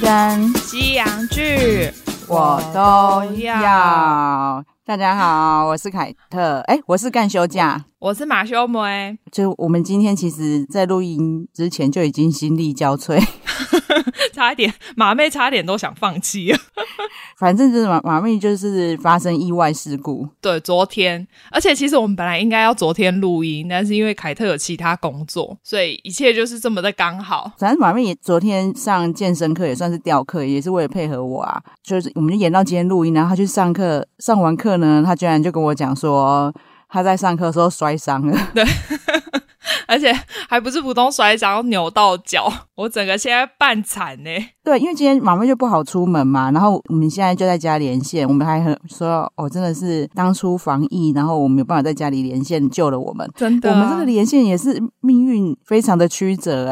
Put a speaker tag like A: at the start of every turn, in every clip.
A: 跟
B: 西洋剧
A: 我都要。大家好，我是凯特，哎、我是干休假。
B: 我是马修梅，
A: 就我们今天其实，在录音之前就已经心力交瘁，
B: 差一点马妹差点都想放弃了。
A: 反正就是马马妹就是发生意外事故，
B: 对，昨天，而且其实我们本来应该要昨天录音，但是因为凯特有其他工作，所以一切就是这么的刚 好。
A: 反正马妹也昨天上健身课也算是吊课，也是为了配合我啊，就是我们就演到今天录音，然后她去上课，上完课呢，她居然就跟我讲说。她在上课的时候摔伤了，
B: 而且还不是普通摔跤，扭到脚，我整个现在半欸残呢、
A: 对，因为今天马妹就不好出门嘛，然后我们现在就在家连线，我们还很说，哦，真的是当初防疫，然后我们有办法在家里连线，救了我们。
B: 真啊
A: 我
B: 我
A: 们
B: 们
A: 这
B: 这
A: 个
B: 个
A: 连线也是命运非常的曲折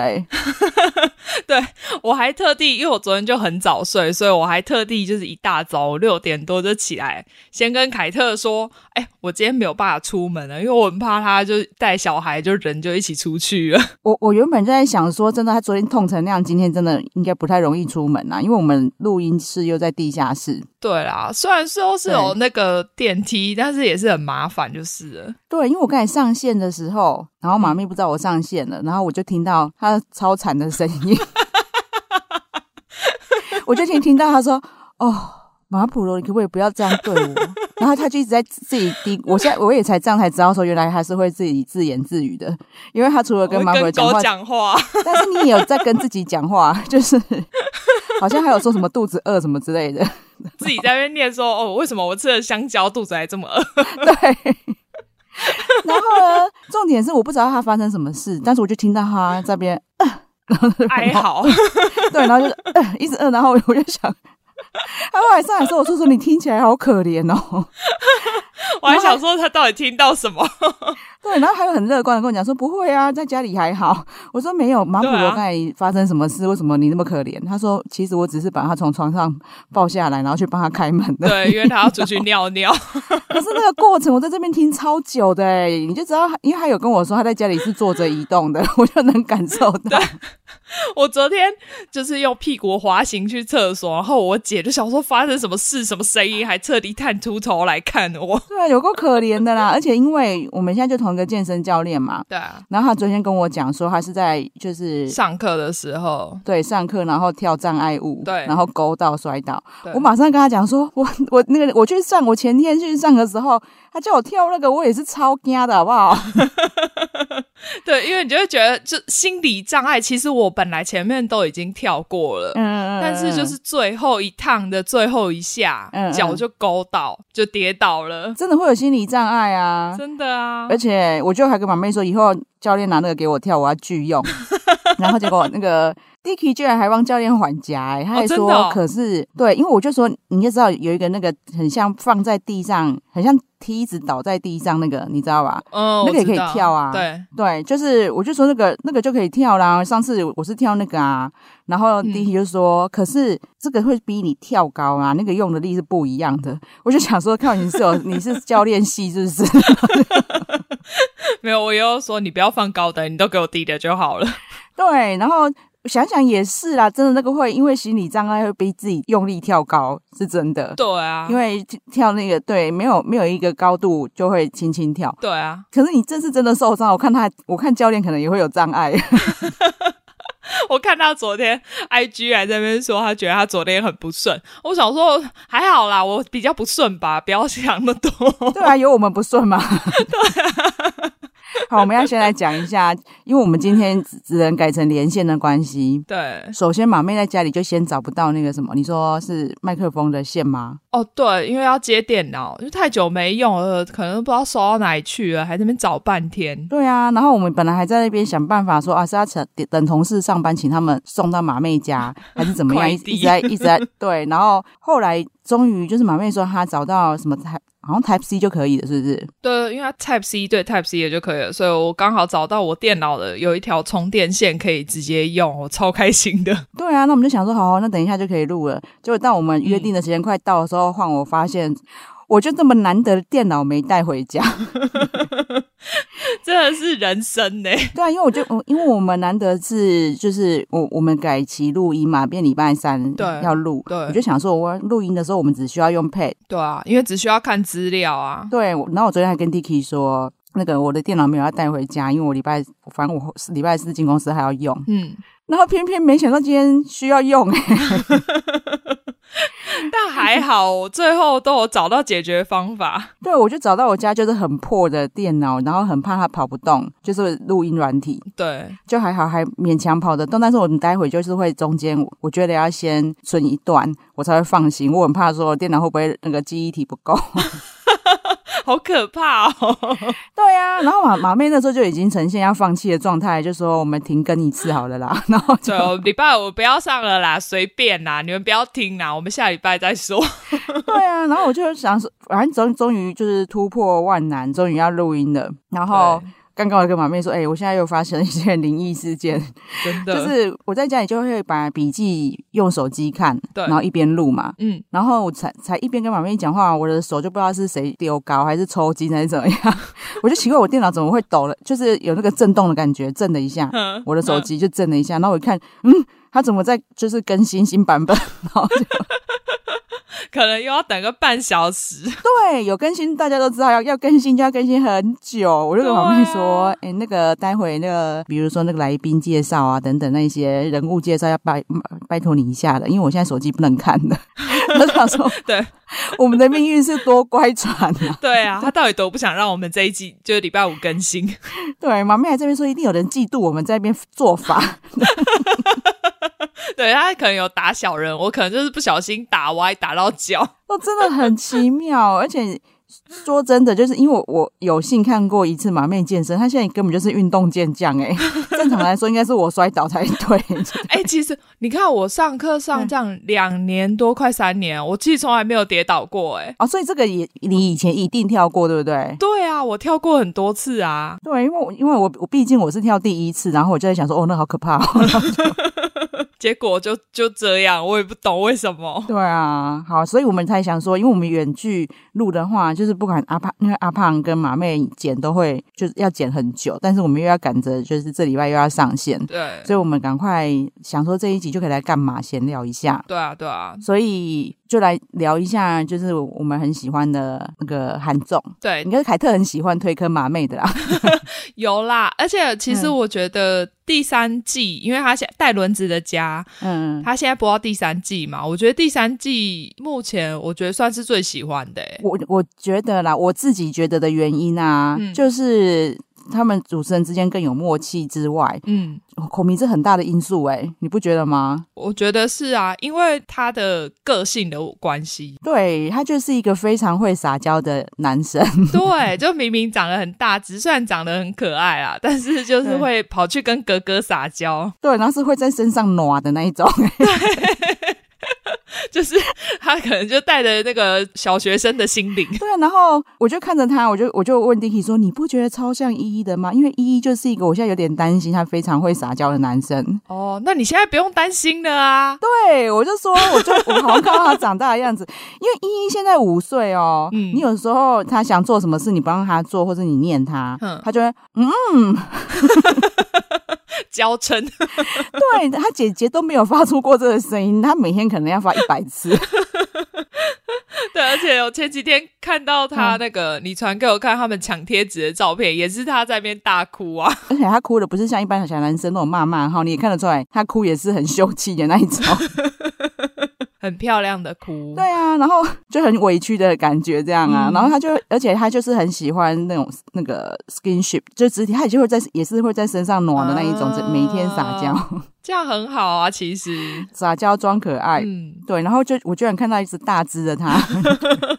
A: 哎、
B: 我还特地，因为我昨天就很早睡，所以我还特地就是一大早我六点多就起来，先跟凯特说：“哎、我今天没有办法出门了，因为我很怕他就带小孩，就人就一起出去了。
A: 我我原本就在想说，真的，他昨天痛成那样，今天真的应该不太容易出门啊，因为我们录音室又在地下室。”
B: 对啦，虽然说是有那个电梯，但是也是很麻烦，就是了
A: 对，因为我刚才上线的时候，然后
B: 嗯
A: 妈咪不知道我上线了，然后我就听到她超惨的声音， 我就听听到她说：“哦，马普罗，你可不可以不要这样对我？” 然后她就一直在自己低，我现在我也才这样才知道说，原来她是会自己自言自语的，因为她除了跟马
B: 我
A: 普罗
B: 跟
A: 讲
B: 狗
A: 话，
B: 讲话，
A: 但是你也有在跟自己讲话， 就是好像还有说什么肚子饿什么之类的。
B: 自己在那边念说：“哦，为什么我吃了香蕉肚子还这么 饿
A: 对。然后呢，重点是我不知道他发生什么事，但是我就听到他这边，呃、然后？”
B: 哀嚎，
A: 对，然后就是、呃、一直呃，然后我就想，他后来上来说，我说说你听起来好可怜哦，
B: 我还想说他到底听到什么。
A: 对，然后还有很乐观的跟我讲说不会啊，在家里还好。我说没有，马普
B: 对
A: 罗
B: 啊
A: 刚才发生什么事？为什么你那么可怜？他说其实我只是把他从床上抱下来，然后去帮他开门的。
B: 对，因为他要出去尿尿。
A: 可是那个过程，我在这边听超久的、欸，你就知道，因为他有跟我说他在家里是坐着移动的，我就能感受到。
B: 我昨天就是用屁股滑行去厕所，然后我姐就想说发生什么事、什么声音，还彻底探出头来看我。
A: 对啊，有够可怜的啦！而且因为我们现在就同一个健身教练嘛，
B: 对啊，
A: 然后他昨天跟我讲说，他是在就是
B: 上课的时候，
A: 对上课，然后跳障碍物，
B: 对
A: 然后勾到摔倒。
B: 对
A: 我马上跟他讲说，我我那个我去上，我前天去上的时候，他叫我跳那个，我也是超惊的好不好？
B: 对，因为你就会觉得就心理障碍。其实我本来前面都已经跳过了。
A: 嗯，
B: 但是就是最后一趟的最后一下
A: 嗯嗯，
B: 脚就勾到，就跌倒了，
A: 真的会有心理障碍啊。
B: 真的啊
A: 而！且我就还跟马妹说，以后教练拿那个给我跳，我要拒 用。然后结果那个 Dicky 居然还帮教练还夹、欸，他还
B: 哦
A: 说，
B: 真的哦
A: 可是对，因为我就说，你就知道有一个那个很像放在地上，很像梯子倒在地上那个，你知道吧？
B: 嗯，
A: 那个也
B: 我知
A: 可以
B: 道
A: 跳啊
B: 对，
A: 对，就是我就说那个那个就可以跳啦。上次我是跳那个啊，然后
B: 嗯
A: Dicky 就说，可是这个会逼你跳高啊，那个用的力是不一样的。我就想说，靠，你是有你是教练系是不是？
B: 没有，我又说你不要放高的，你都给我低的就好了。
A: 对，然后想想也是啦，真的那个会因为心理障碍会逼自己用力跳高，是真的。
B: 对啊
A: 因，为跳那个对，没有没有一个高度就会轻轻跳。
B: 对啊，
A: 可是你这次真的受伤，我看他，我看教练可能也会有障碍。
B: 我看他昨天 IG 还在那边说，他觉得他昨天很不顺。我想说还好啦，我比较不顺吧，不要想那么多。
A: 对啊，有我们不顺嘛。对、
B: 啊
A: 好，我们要先来讲一下，因为我们今天只只能改成连线的关系。
B: 对，
A: 首先，马妹在家里就先找不到那个什么，你说是麦克风的线吗？
B: 哦对，因为要接电脑，因为太久没用了，可能不知道收到哪里去了，还在那边找半天。
A: 对啊，然后我们本来还在那边想办法说啊，是要请等同事上班，请他们送到马妹 家，还是怎么样？
B: 快
A: 一
B: 递
A: 一直在一直在对，然后后来终于就是马妹说她找到什么 Type，好像 Type C 就可以了，是不是？
B: 对，因为它 Type C 对 Type C 也就可以了，所以我刚好找到我电脑的有一条充电线可以直接用，我超开心的。
A: 对啊，那我们就想说，好，那等一下就可以录了。结果到我们约定的时间快到的时候，换我发现。我就这么难得的电脑没带回家，
B: 真的是人生呢、
A: 对啊，因为我就我因为我们难得是就是我我们改期录音嘛，变礼拜三
B: 对
A: 要录，
B: 对
A: 我就想说，我录音的时候我们只需要用 Pad。
B: 对啊，因为只需要看资料啊。
A: 对，我然后我昨天还跟 Dicky 说，那个我的电脑没有要带回家，因为我礼拜反正我礼拜四进公司还要用，
B: 嗯，
A: 然后偏偏没想到今天需要用、欸
B: 但还好，我最后都有找到解决方法。
A: 对，我就找到我家就是很破的电脑，然后很怕它跑不动，就是录音软体，
B: 对，
A: 就还好还勉强跑得动。但是我们待会就是会中间，我觉得要先存一段，我才会放心。我很怕说电脑会不会那个记忆体不够。
B: 好可怕哦！
A: 对啊，然后马马妹那时候就已经呈现要放弃的状态，就说我们停更一次好了啦。然后就
B: 对，啊我礼拜五不要上了啦，随便啦，你们不要听啦，我们下礼拜再说。
A: 对啊，然后我就想说，反正终终于就是突破万难，终于要录音了。然后刚刚我跟马妹说，哎、我现在又发生一件灵异事件。
B: 对真的，
A: 就是我在家里就会把笔记用手机看，
B: 对
A: 然后一边录嘛。
B: 嗯，
A: 然后我才才一边跟马妹讲话，我的手就不知道是谁丢高还是抽筋还是怎么样， 我就奇怪我电脑怎么会抖了，就是有那个震动的感觉，震了一 下，
B: 嗯
A: 我的手
B: 嗯
A: 机就震了一下，然后我一看，嗯，它怎么在就是更新新版本？然后就
B: 可能又要等个半小时。
A: 对，有更新，大家都知道要要更新就要更新很久。我就跟我妹说，哎、那个待会那个，比如说那个来宾介绍啊，等等那些人物介绍，要拜嗯拜托你一下的，因为我现在手机不能看的。 我想说，
B: 对
A: 我们的命运是多乖舛啊！
B: 对啊，他到底多不想让我们这一季就是礼拜五更新？
A: 对，妈妹还这边说，一定有人嫉妒我们在那边做法。
B: 对他可能有打小人，我可能就是不小心打歪打到脚。
A: 哦，真的很奇妙，而且。说真的，就是因为我我有幸看过一次马妹健身，她现在根本就是运动健将哎、正常来说，应该是我摔倒才对。
B: 哎、其实你看我上课上这样两年多，快三年，我其实从来没有跌倒过、哎，
A: 哦，所以这个也你以前一定跳过，对不对？
B: 对啊，我跳过很多次啊。
A: 对，因为我因为我我毕竟我是跳第一次，然后我就在想说，哦，那好可怕、哦。
B: 结果就就这样，我也不懂为什么。
A: 对啊，好，所以我们才想说，因为我们远距录的话，就是不管阿胖，因为阿胖跟马妹剪都会就是要剪很久，但是我们又要赶着，就是这礼拜又要上线，
B: 对，
A: 所以我们赶快想说这一集就可以来干嘛，闲聊一下。
B: 对啊，对啊，
A: 所以就来聊一下，就是我们很喜欢的那个韩总，
B: 对
A: 应，该是凯特很喜欢推坑马妹的啦。
B: 有啦。而且其实
A: 嗯
B: 我觉得第三季，因为他现带轮子的家，
A: 嗯，
B: 他现在播到第三季嘛，我觉得第三季目前我觉得算是最喜欢的、欸。
A: 我我觉得啦，我自己觉得的原因啊，
B: 嗯
A: 就是他们主持人之间更有默契之外，
B: 嗯，
A: 口迷是很大的因素哎、你不觉得吗？
B: 我觉得是啊，因为他的个性的关 系，
A: 对他就是一个非常会撒娇的男生，
B: 对，就明明长得很大只，虽然长得很可爱啊，但是就是
A: 对
B: 会跑去跟哥哥撒娇，
A: 对，然后是会在身上暖的那一种，
B: 就是他可能就带着那个小学生的心灵。
A: 对，啊然后我就看着他，我就我就问 Dicky 说：“你不觉得超像依依的吗？因为依依就是一个我现在有点担心他非常会撒娇的男生。
B: 哦，那你现在不用担心了啊。
A: 对，我就说，我就我好像看到他长大的样子，因为依依现在五岁哦，
B: 嗯
A: 你有时候他想做什么事，你不让他做，或者你念他，
B: 嗯
A: 他就会
B: 娇嗔，
A: 对他姐姐都没有发出过这个声音，他每天可能要发一百次，
B: 对，而且我前几天看到他
A: 嗯
B: 那个，你传给我看他们抢贴纸的照片，也是他在那边大哭啊，
A: 而且他哭的不是像一般小男生那种骂骂哈，你也看得出来，他哭也是很羞气的那一种，
B: 很漂亮的哭。
A: 对啊，然后就很委屈的感觉这样啊，
B: 嗯
A: 然后他就，而且他就是很喜欢那种那个 skinship，就肢体，他也就会在也是会在身上挪的那一种，
B: 啊
A: 每天撒娇
B: 这样很好啊，其实，
A: 撒娇装可爱，
B: 嗯，
A: 对，然后就我居然看到一只大只的它，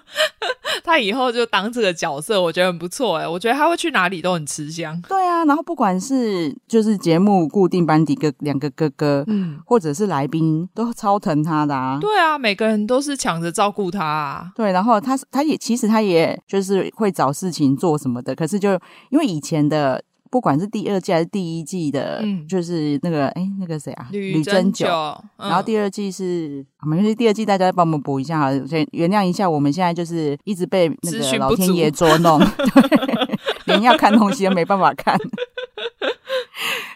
B: 他以后就当这个角色，我觉得很不错哎、我觉得他会去哪里都很吃香。
A: 对啊，然后不管是就是节目固定班底哥两个哥哥，
B: 嗯，
A: 或者是来宾，都超疼它的啊。
B: 对啊，每个人都是抢着照顾他啊。
A: 对，然后他他也其实他也就是会找事情做什么的，可是就因为以前的不管是第二季还是第一季的，
B: 嗯
A: 就是那个哎、那个谁啊，
B: 吕
A: 珍
B: 珍
A: 九。
B: 嗯
A: 然后第二季是，啊没关系，第二季大家帮我们补一下好了，所以原谅一下，我们现在就是一直被那
B: 资
A: 个
B: 讯
A: 老
B: 不
A: 天
B: 足
A: 爷捉 弄，对，连要看东西都没办法看。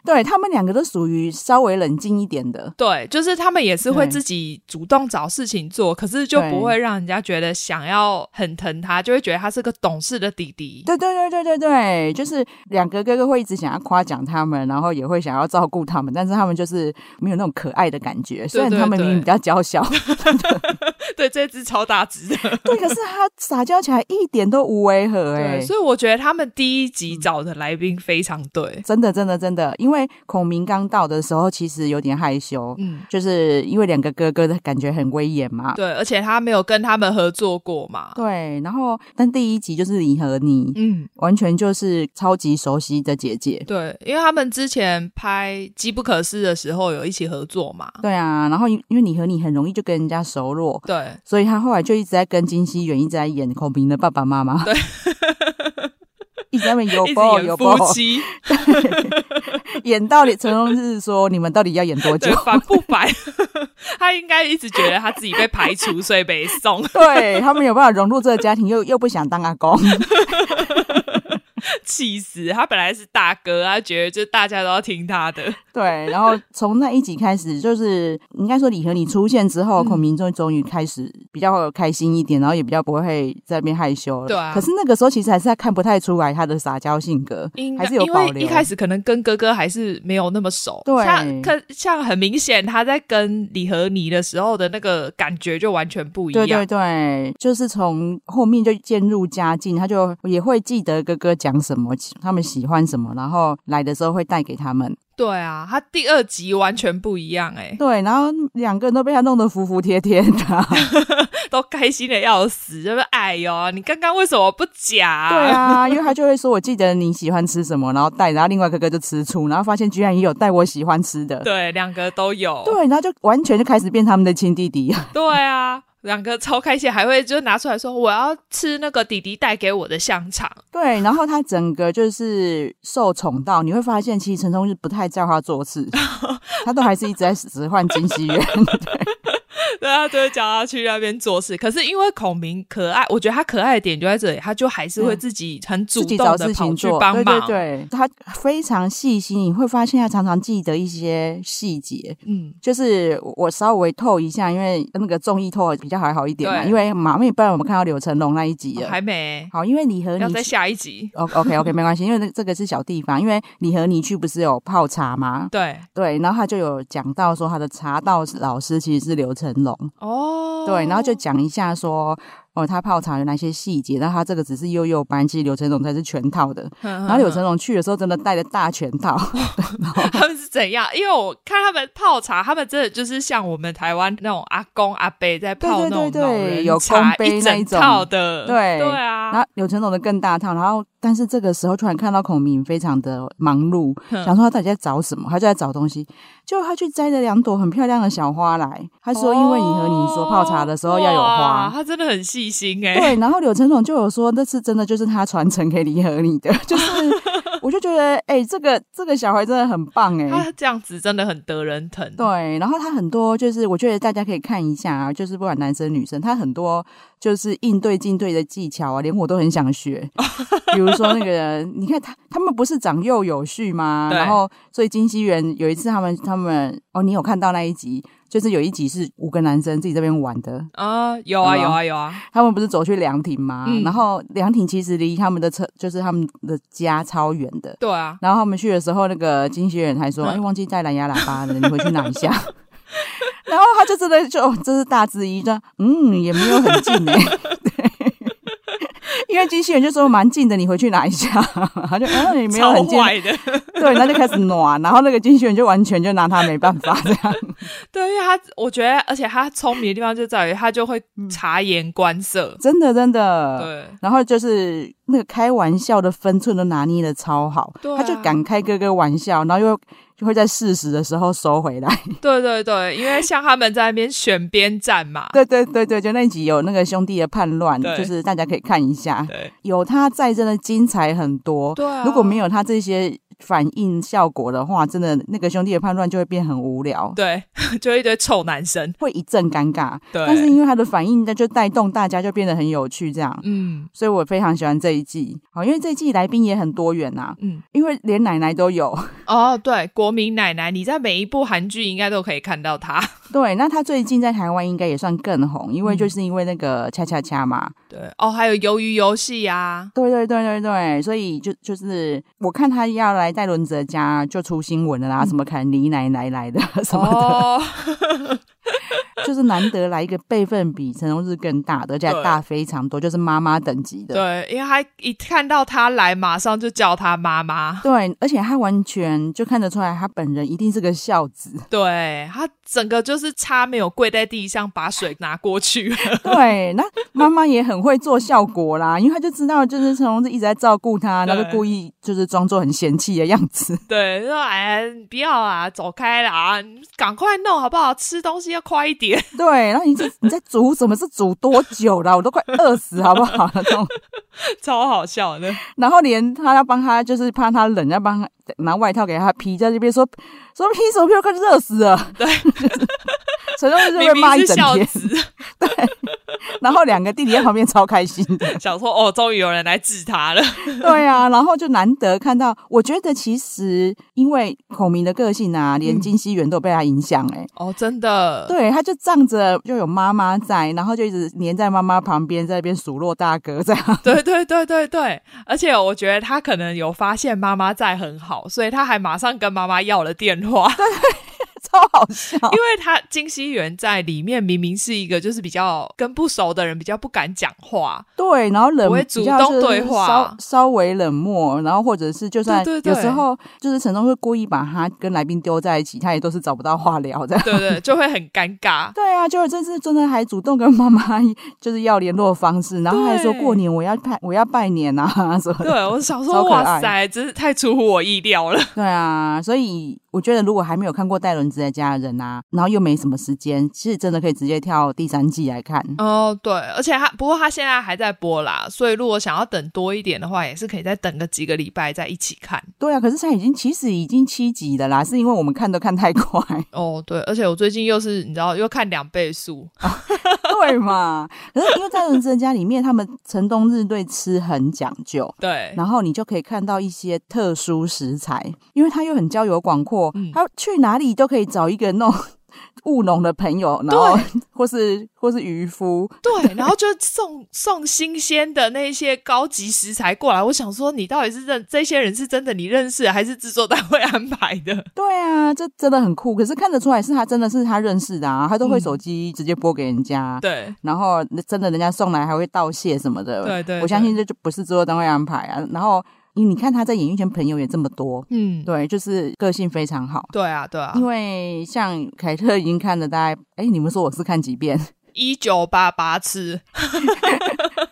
A: 对他们两个都属于稍微冷静一点的，
B: 对，就是他们也是会
A: 对
B: 自己主动找事情做，可是就
A: 对
B: 不会让人家觉得想要很疼他，就会觉得他是个懂事的弟弟。
A: 对对对对对对，就是两个哥哥会一直想要夸奖他们，然后也会想要照顾他们，但是他们就是没有那种可爱的感觉。虽然
B: 对
A: 他们
B: 对
A: 明明比较娇小，
B: 对，这只超大只的。
A: 对，可是他撒娇起来一点都无违和哎、
B: 对，所以我觉得他们第一
A: 嗯
B: 集找的来宾非常对。
A: 真的真的真的，因为孔明刚到的时候其实有点害羞，
B: 嗯，
A: 就是因为两个哥哥的感觉很威严嘛。
B: 对，而且他没有跟他们合作过嘛。
A: 对，然后但第一集就是你和你，
B: 嗯，
A: 完全就是超级熟悉的姐姐。
B: 对，因为他们之前拍《机不可失》的时候有一起合作嘛。
A: 对啊，然后因因为你和你很容易就跟人家熟络，
B: 对，
A: 所以他后来就一直在跟金熙元一直在演孔明的爸爸妈妈，对，一直在那边有
B: 一直
A: 爆
B: 演
A: 有爆，
B: 夫妻，
A: 演到李成龙就是说你们到底要演多久
B: 对，？反不白。他应该一直觉得他自己被排除，所以被送。
A: 对他们有办法融入这个家庭，又又不想当阿公，
B: 气死！他本来是大哥，他觉得就大家都要听他的。
A: 对。然后从那一集开始，就是应该说李和你出现之后，
B: 嗯
A: 孔明终终于开始比较开心一点，然后也比较不会在那边害羞了。
B: 对啊
A: 可是那个时候其实还是看不太出来他的撒娇性格，
B: 应该
A: 还是有
B: 因
A: 保
B: 为
A: 留。
B: 一开始可能跟哥哥还是没有那么熟，
A: 对
B: 像看像很明显他在跟李和妮的时候的那个感觉就完全不一样。
A: 对对对，就是从后面就渐入佳境，他就也会记得哥哥讲什么，他们喜欢什么，然后来的时候会带给他们。
B: 对啊，他第二集完全不一样哎、
A: 对，然后两个人都被他弄得服服帖帖的。
B: 都开心的要死，就是哎呦，你刚刚为什么不讲、
A: 对啊，因为他就会说：“我记得你喜欢吃什么，然后带。”然后另外哥哥就吃醋，然后发现居然也有带我喜欢吃的。
B: 对，两个都有，
A: 对，然后就完全就开始变他们的亲弟弟。
B: 对啊，两个超开心，还会就拿出来说我要吃那个弟弟带给我的香肠。
A: 对，然后他整个就是受宠到，你会发现其实陈忠是不太叫他做 事，他都还是一直在使唤金熙元。
B: 对啊，就是叫他去那边做事。可是因为孔明可爱，我觉得他可爱的点就在这里，他就还是会自己很主
A: 嗯自己
B: 动
A: 找
B: 的
A: 事
B: 跑
A: 情
B: 去
A: 做，
B: 帮忙。
A: 对对对，他非常细心，你会发现他常常记得一些细节。
B: 嗯，
A: 就是我稍微透一下，因为那个综艺透比较还好一点嘛，
B: 对
A: 因为马妹，不然我们看到柳成龙那一集
B: 哦
A: 了。
B: 还没，
A: 好，因为你和
B: 要
A: 你
B: 在下一集。
A: O OK OK 没关系，因为那这个是小地方，因为你和你去不是有泡茶吗？
B: 对，
A: 对，然后他就有讲到说他的茶道老师其实是刘成龙，
B: 哦，
A: 对，然后就讲一下说哦他泡茶有哪些细节，然后他这个只是幼幼班，其实刘成龙才是全套的，
B: 然
A: 然后柳成龙去的时候真的带了大全套，
B: 他们是怎样？因为我看他们泡茶，他们真的就是像我们台湾那种阿公阿伯在泡
A: 对对
B: 那种
A: 对
B: 老
A: 对
B: 人
A: 有
B: 茶
A: 公，杯
B: 一
A: 那一
B: 整
A: 种
B: 套的，
A: 对
B: 对啊，
A: 然后柳成龙的更大套，然后但是这个时候突然看到孔明非常的忙碌，
B: 嗯
A: 想说他到底在找什么，他就在找东西，结果他去摘了两朵很漂亮的小花来，他说因为你和你说泡茶的时候要有
B: 哇
A: 花。
B: 他真的很细心哎、
A: 对，然后柳成龙就有说，这次真的就是他传承给你和你的， 就是我就觉得，哎、这个这个小孩真的很棒哎、
B: 他这样子真的很得人疼。
A: 对，然后他很多就是，我觉得大家可以看一下啊，就是不管男生女生，他很多就是应对进退的技巧啊，连我都很想 学。比如说那个，你看他他们不是长幼有序吗？
B: 对
A: 然后所以金熙元有一次他们他们哦，你有看到那一集？就是有一集是五个男生自己这边玩的，
B: 啊、有啊，
A: 有吗
B: 有啊，有啊，
A: 他们不是走去凉亭吗？
B: 嗯
A: 然后凉亭其实离他们的车就是他们的家超远的。
B: 对啊，
A: 然后他们去的时候，那个经纪人还说：“
B: 嗯
A: 哎、忘记带蓝牙喇叭了，你回去拿 一下。”然后他就真的就，哦这是大之一，这样嗯也没有很近哎、 对，因为经纪人就说蛮近的，你回去拿一下。 他就嗯也没有
B: 超
A: 很近，
B: 坏 的。
A: 对，然后就开始暖，然后那个经纪人就完全就拿他没办法 这样。
B: 对，因为他，我觉得，而且他聪明的地方就在于他就会
A: 嗯
B: 察言观色。
A: 真的真的。
B: 对，
A: 然后就是那个开玩笑的分寸都拿捏的超好，
B: 对啊
A: 他就敢开哥哥玩笑，然后又就会在适时的时候收回来。
B: 对，对，对，因为像他们在那边选边站嘛，
A: 对对对对，就那一集有那个兄弟的叛乱，
B: 对
A: 就是大家可以看一下，
B: 对，
A: 有他在真的精彩很多。
B: 对啊
A: 如果没有他这些反应效果的话，真的那个兄弟的叛乱就会变很无聊，
B: 对， 就一堆臭男生，
A: 会一阵尴尬。
B: 对，
A: 但是因为他的反应，那就带动大家就变得很有趣，这样。
B: 嗯
A: 所以我非常喜欢这一季，哦好，因为这一季来宾也很多元呐、
B: 嗯，
A: 因为连奶奶都有。
B: 哦，对，国民奶奶，你在每一部韩剧应该都可以看到她。
A: 对，那她最近在台湾应该也算更红，
B: 嗯
A: 因为就是因为那个恰恰恰嘛，
B: 对，哦，还有鱿鱼游戏啊呀，
A: 对对对对对，所以就就是我看他要来戴伦哲家就出新闻了啦，什么肯尼奶奶来的什么的，
B: 嗯哦，
A: 就是难得来一个辈分比陈荣日更大的，而且还
B: 对
A: 大非常多，就是妈妈等级的。
B: 对，因为他一看到她来，马上就叫她妈妈。
A: 对，而且他完全就看得出来，他本人一定是个孝子。
B: 对她整个就是差没有跪在地上把水拿过去。
A: 对，那妈妈也很会做效果啦，因为他就知道，就是陈荣日一直在照顾他，然后就
B: 对
A: 故意就是装作很嫌弃的样子。
B: 对，说哎，不要啊，走开啦，赶快弄好不好？吃东西要快一点。
A: 对，然后你这你在煮什么是煮多久了？我都快饿死好不好？ 那种。
B: 超好笑的。
A: 然后连他要帮他，就是怕他冷，要帮他拿外套给他披，在这边说说披什么披，我快热死了。 对，陈仲就
B: 明
A: 被骂
B: 明
A: 一
B: 是
A: 整
B: 孝
A: 天。
B: 子，
A: 然后两个弟弟在旁边超开心 的。
B: 想说哦，终于有人来治他了。
A: 对啊，然后就难得看到，我觉得其实因为孔明的个性啊，
B: 嗯
A: 连金熙元都被他影响哎、欸
B: 哦，真的，
A: 对，他就仗着就有妈妈在，然后就一直黏在妈妈旁边，在那边数落大哥这样。
B: 对对对对对，而且我觉得他可能有发现妈妈在很好，所以他还马上跟妈妈要了电话，
A: 超好笑，
B: 因为他金熙元在里面明明是一个就是比较跟不熟的人比较不敢讲话，
A: 对，然后冷
B: 不会
A: 比
B: 主
A: 较
B: 动
A: 就是
B: 对话
A: 稍稍微冷漠，然后或者是就算
B: 对对
A: 有时
B: 对
A: 候就是陈忠会故意把他跟来宾丢在一起，他也都是找不到话聊的。
B: 对对，就会很尴尬。
A: 对啊，就是这次真的还主动跟妈妈就是要联络方式，然后还说
B: 对
A: 过年我要拜我要拜年啊 什么
B: 对
A: 的。，
B: 我想说，
A: 超可
B: 哇
A: 爱
B: 塞，真是太出乎我意 料了。
A: 对啊，所以我觉得如果还没有看过《戴伦之在家》的人啊，然后又没什么时间，其实真的可以直接跳第三季来看。
B: 哦，对，而且他不过他现在还在播啦，所以如果想要等多一点的话，也是可以再等个几个礼拜再一起看。
A: 对啊，可是现在已经其实已经七集了啦，是因为我们看都看太快。
B: 哦，对，而且我最近又是你知道又看两倍速，
A: 对嘛？可是因为在人之家里面，他们城东日对吃很讲究。
B: 对，
A: 然后你就可以看到一些特殊食材，因为它又很交友广阔，
B: 嗯
A: 他去哪里都可以找一个那种 务农的朋友，然后 或是或是渔夫，
B: 对，然后就送送新鲜的那些高级食材过来。我想说，你到底是认这些人是真的你认识的，还是制作单位安排的？
A: 对啊，这真的很酷。可是看得出来是他真的是他认识的啊，他都会
B: 嗯
A: 手机直接拨给人家，
B: 对，
A: 然后真的人家送来还会道谢什么的。
B: 对对
A: 我相信这就不是制作单位安排啊。然后你你看他在演艺圈朋友也这么多，
B: 嗯，
A: 对，就是个性非常好。
B: 对啊，对啊
A: 因，为像凯特已经看了大概，哎，你们说我是看几遍？
B: 一九八八次，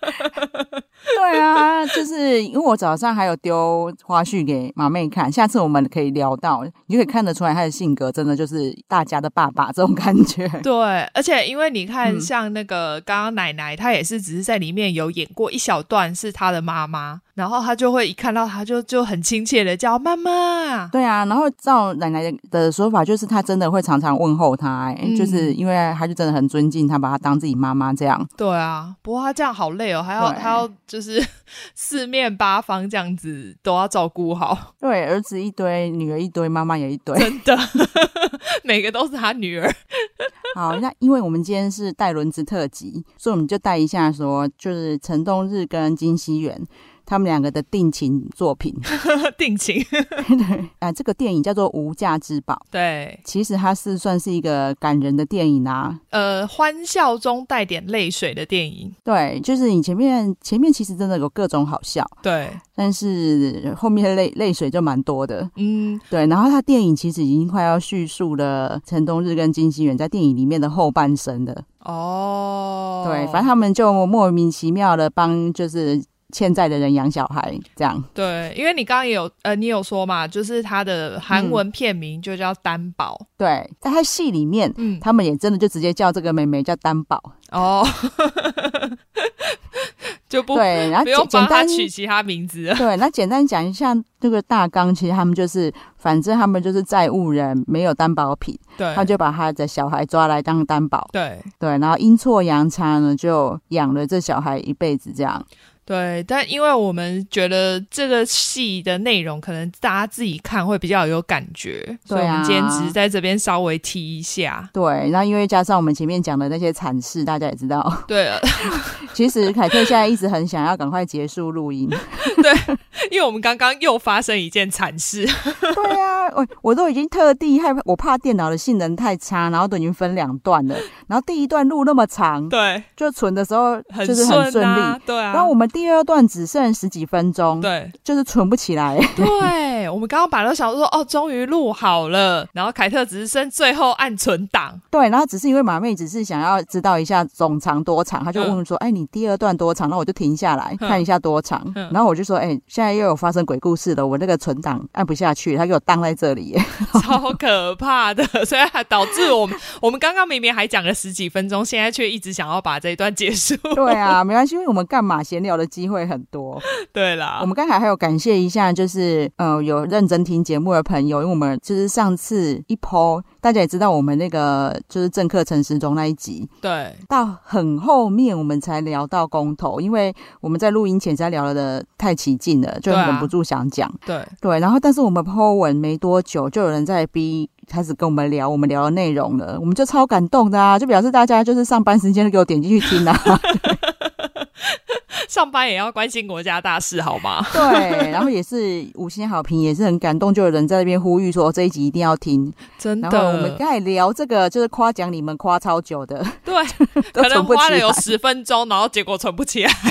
A: 对啊，就是因为我早上还有丢花絮给马妹看，下次我们可以聊到，你就可以看得出来他的性格真的就是大家的爸爸这种感觉。
B: 对，而且因为你看，
A: 嗯
B: 像那个刚刚奶奶，她也是只是在里面有演过一小段是她的妈妈，然后她就会一看到她就就很亲切的叫妈妈，
A: 对啊，然后照奶奶的说法，就是他真的会常常问候他、哎、
B: 嗯
A: 就是因为他就真的很尊敬他，把他当自己妈妈这样。
B: 对啊，不过她这样好累哦，还要
A: 对
B: 还要就是 四面八方这样子都要照顾好，
A: 对，儿子一堆，女儿一堆，妈妈也一堆。
B: 真的， 每个都是她女儿，
A: 好，那因为我们今天是带轮子特辑，所以我们就带一下说，就是陈东日跟金熙元他们两个的定情作品
B: 定情，
A: 啊。这个电影叫做《无价之宝》，
B: 对，
A: 其实它是算是一个感人的电影啊。
B: 呃，欢笑中带点泪水的电影，
A: 对，就是你前面前面其实真的有各种好笑，
B: 对，
A: 但是后面泪泪水就蛮多的。
B: 嗯，
A: 对，然后他电影其实已经快要叙述了陈东日跟金熙元在电影里面的后半生了。
B: 哦，
A: 对，反正他们就莫名其妙的帮就是欠债的人养小孩，这样
B: 对，因为你刚刚也有呃，你有说嘛，就是他的韩文片名就叫担保，
A: 对，在他戏里面，
B: 嗯，
A: 他们也真的就直接叫这个妹妹叫担保，
B: 哦， 就不
A: 对，然后
B: 不用
A: 简简
B: 帮他
A: 单
B: 取其他名字了，
A: 对，那简单讲一下这个大纲，其实他们就是，反正他们就是债务人，没有担保品，
B: 对
A: 他就把他的小孩抓来当担保，
B: 对
A: 对，然后阴错阳差呢，就养了这小孩一辈子这样。
B: 对，但因为我们觉得这个戏的内容可能大家自己看会比较有感觉，所以
A: 对
B: 我
A: 啊
B: 们今天只是在这边稍微提一下。
A: 对，那因为加上我们前面讲的那些惨事，大家也知道，
B: 对， 呃
A: 其实凯特现在一直很想要赶快结束录音。
B: 因为我们刚刚又发生一件惨事，
A: 对啊，我我都已经特地害怕，我怕电脑的性能太差，然后都已经分两段了，然后第一段录那么长，
B: 对，
A: 就存的时候
B: 很
A: 就是很顺利。
B: 啊，对啊。
A: 然后我们第二段只剩十几分钟，
B: 对
A: 就是存不起来。
B: 对，我们刚刚本来都想说，哦，终于录好了，然后凯特只是剩最后按 存档，
A: 对，然后只是因为马妹只是想要知道一下总长多长，她就问说：“哎、你第二段多长？”那我就停下来
B: 嗯
A: 看一下多长。
B: 嗯
A: 然后我就说：“哎、现在又有发生鬼故事了，我那个存档按不下去，他给我荡在这里耶。
B: 超可怕的， 所以还导致我们我们刚刚明明还讲了十几分钟，现在却一直想要把这一段结束。”
A: 对啊，没关系，因为我们干嘛闲聊的机会很多。
B: 对啦
A: 我，们刚才还有感谢一下，就是呃有认真听节目的朋友，因为我们就是上次一 PO，大家也知道我们那个就是政客陈时中那一集，
B: 对
A: 到很后面我们才聊到公投，因为我们在录音前实在聊得的太起劲了，就
B: 对啊
A: 忍不住想讲。
B: 对
A: 对，然后但是我们 Po 文没多久，就有人在 B 开始跟我们聊我们聊的内容了，我们就超感动的啊，就表示大家就是上班时间都给我点进去听啊。
B: 上班也要关心国家大事，好 吗？
A: 对，然后也是五星好评，也是很感动，就有人在那边呼吁说、哦这一集一定要听。
B: 真
A: 然后我们
B: 的，
A: 刚才聊这个就是夸奖你们夸超久的，
B: 对，
A: 都
B: 可能
A: 存不
B: 花
A: 起
B: 了
A: 来
B: 有。十分钟，然后结果存不起来。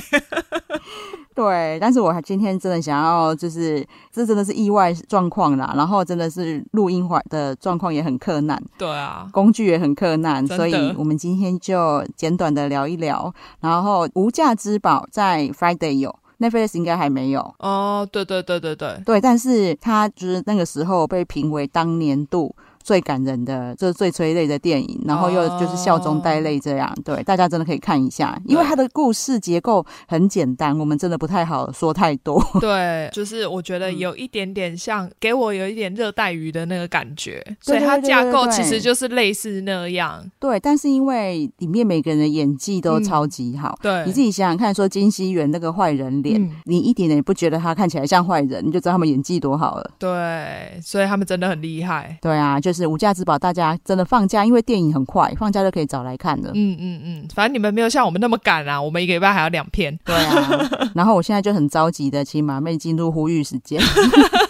A: 对，但是我还今天真的想要，就是这真的是意外状况啦，然后真的是录音环的状况也很困难，
B: 对啊，
A: 工具也很困难，
B: 真
A: 所
B: 的
A: 以我们今天就简短的聊一聊。然后无价之宝在 Friday 有，Netflix 应该还没有。
B: 哦，对对对对对，
A: 对，但是它就是那个时候被评为当年度最感人的，就是最催泪的电影，然后又就是笑中带泪这样。对，大家真的可以看一下，因为它的故事结构很简单，我们真的不太好说太多。
B: 对， 就是我觉
A: 嗯
B: 得有一点点像，给我有一点热带鱼的那个感觉，所以
A: 对
B: 它
A: 对对
B: 架
A: 对
B: 构
A: 对
B: 其实就是类似那样。
A: 对，但是因为里面每个人的演技都超级好。
B: 嗯对，
A: 你自己想想看，说金熙元那个坏人脸，
B: 嗯
A: 你一点也不觉得他看起来像坏人，你就知道他们演技多好了。
B: 对，所以他们真的很厉害。
A: 对啊，就是无价之宝，大家真的放假，因为电影很快，放假就可以找来看了。
B: 嗯嗯嗯，反正你们没有像我们那么赶啊，我们一个礼拜还要两片。
A: 对啊，然后我现在就很着急的，请马妹进入呼吁时 间。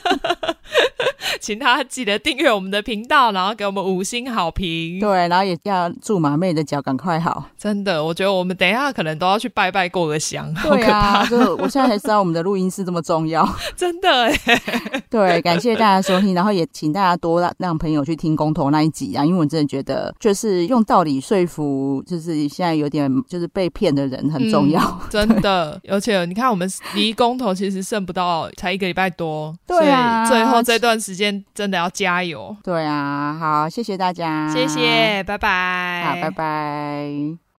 B: 请大家记得订阅我们的频道，然后给我们五星好评。
A: 对，啊然后也要祝马妹的脚赶快好。
B: 真的，我觉得我们等一下可能都要去拜拜过个香，好
A: 对
B: 可怕，
A: 啊，就是我现在才知道我们的录音室这么重要。
B: 真的哎。
A: 对，感谢大家收听，然后也请大家多让让朋友去听公投那一集啊，因为我真的觉得就是用道理说服，就是现在有点就是被骗的人很重要。
B: 嗯真的。而且你看，我们离公投其实剩不到才一个礼拜多，
A: 对啊
B: 所以最后这段时间真的要加油。
A: 对啊，好，谢谢大家，
B: 谢谢，拜
A: 好，
B: 拜，
A: 拜拜。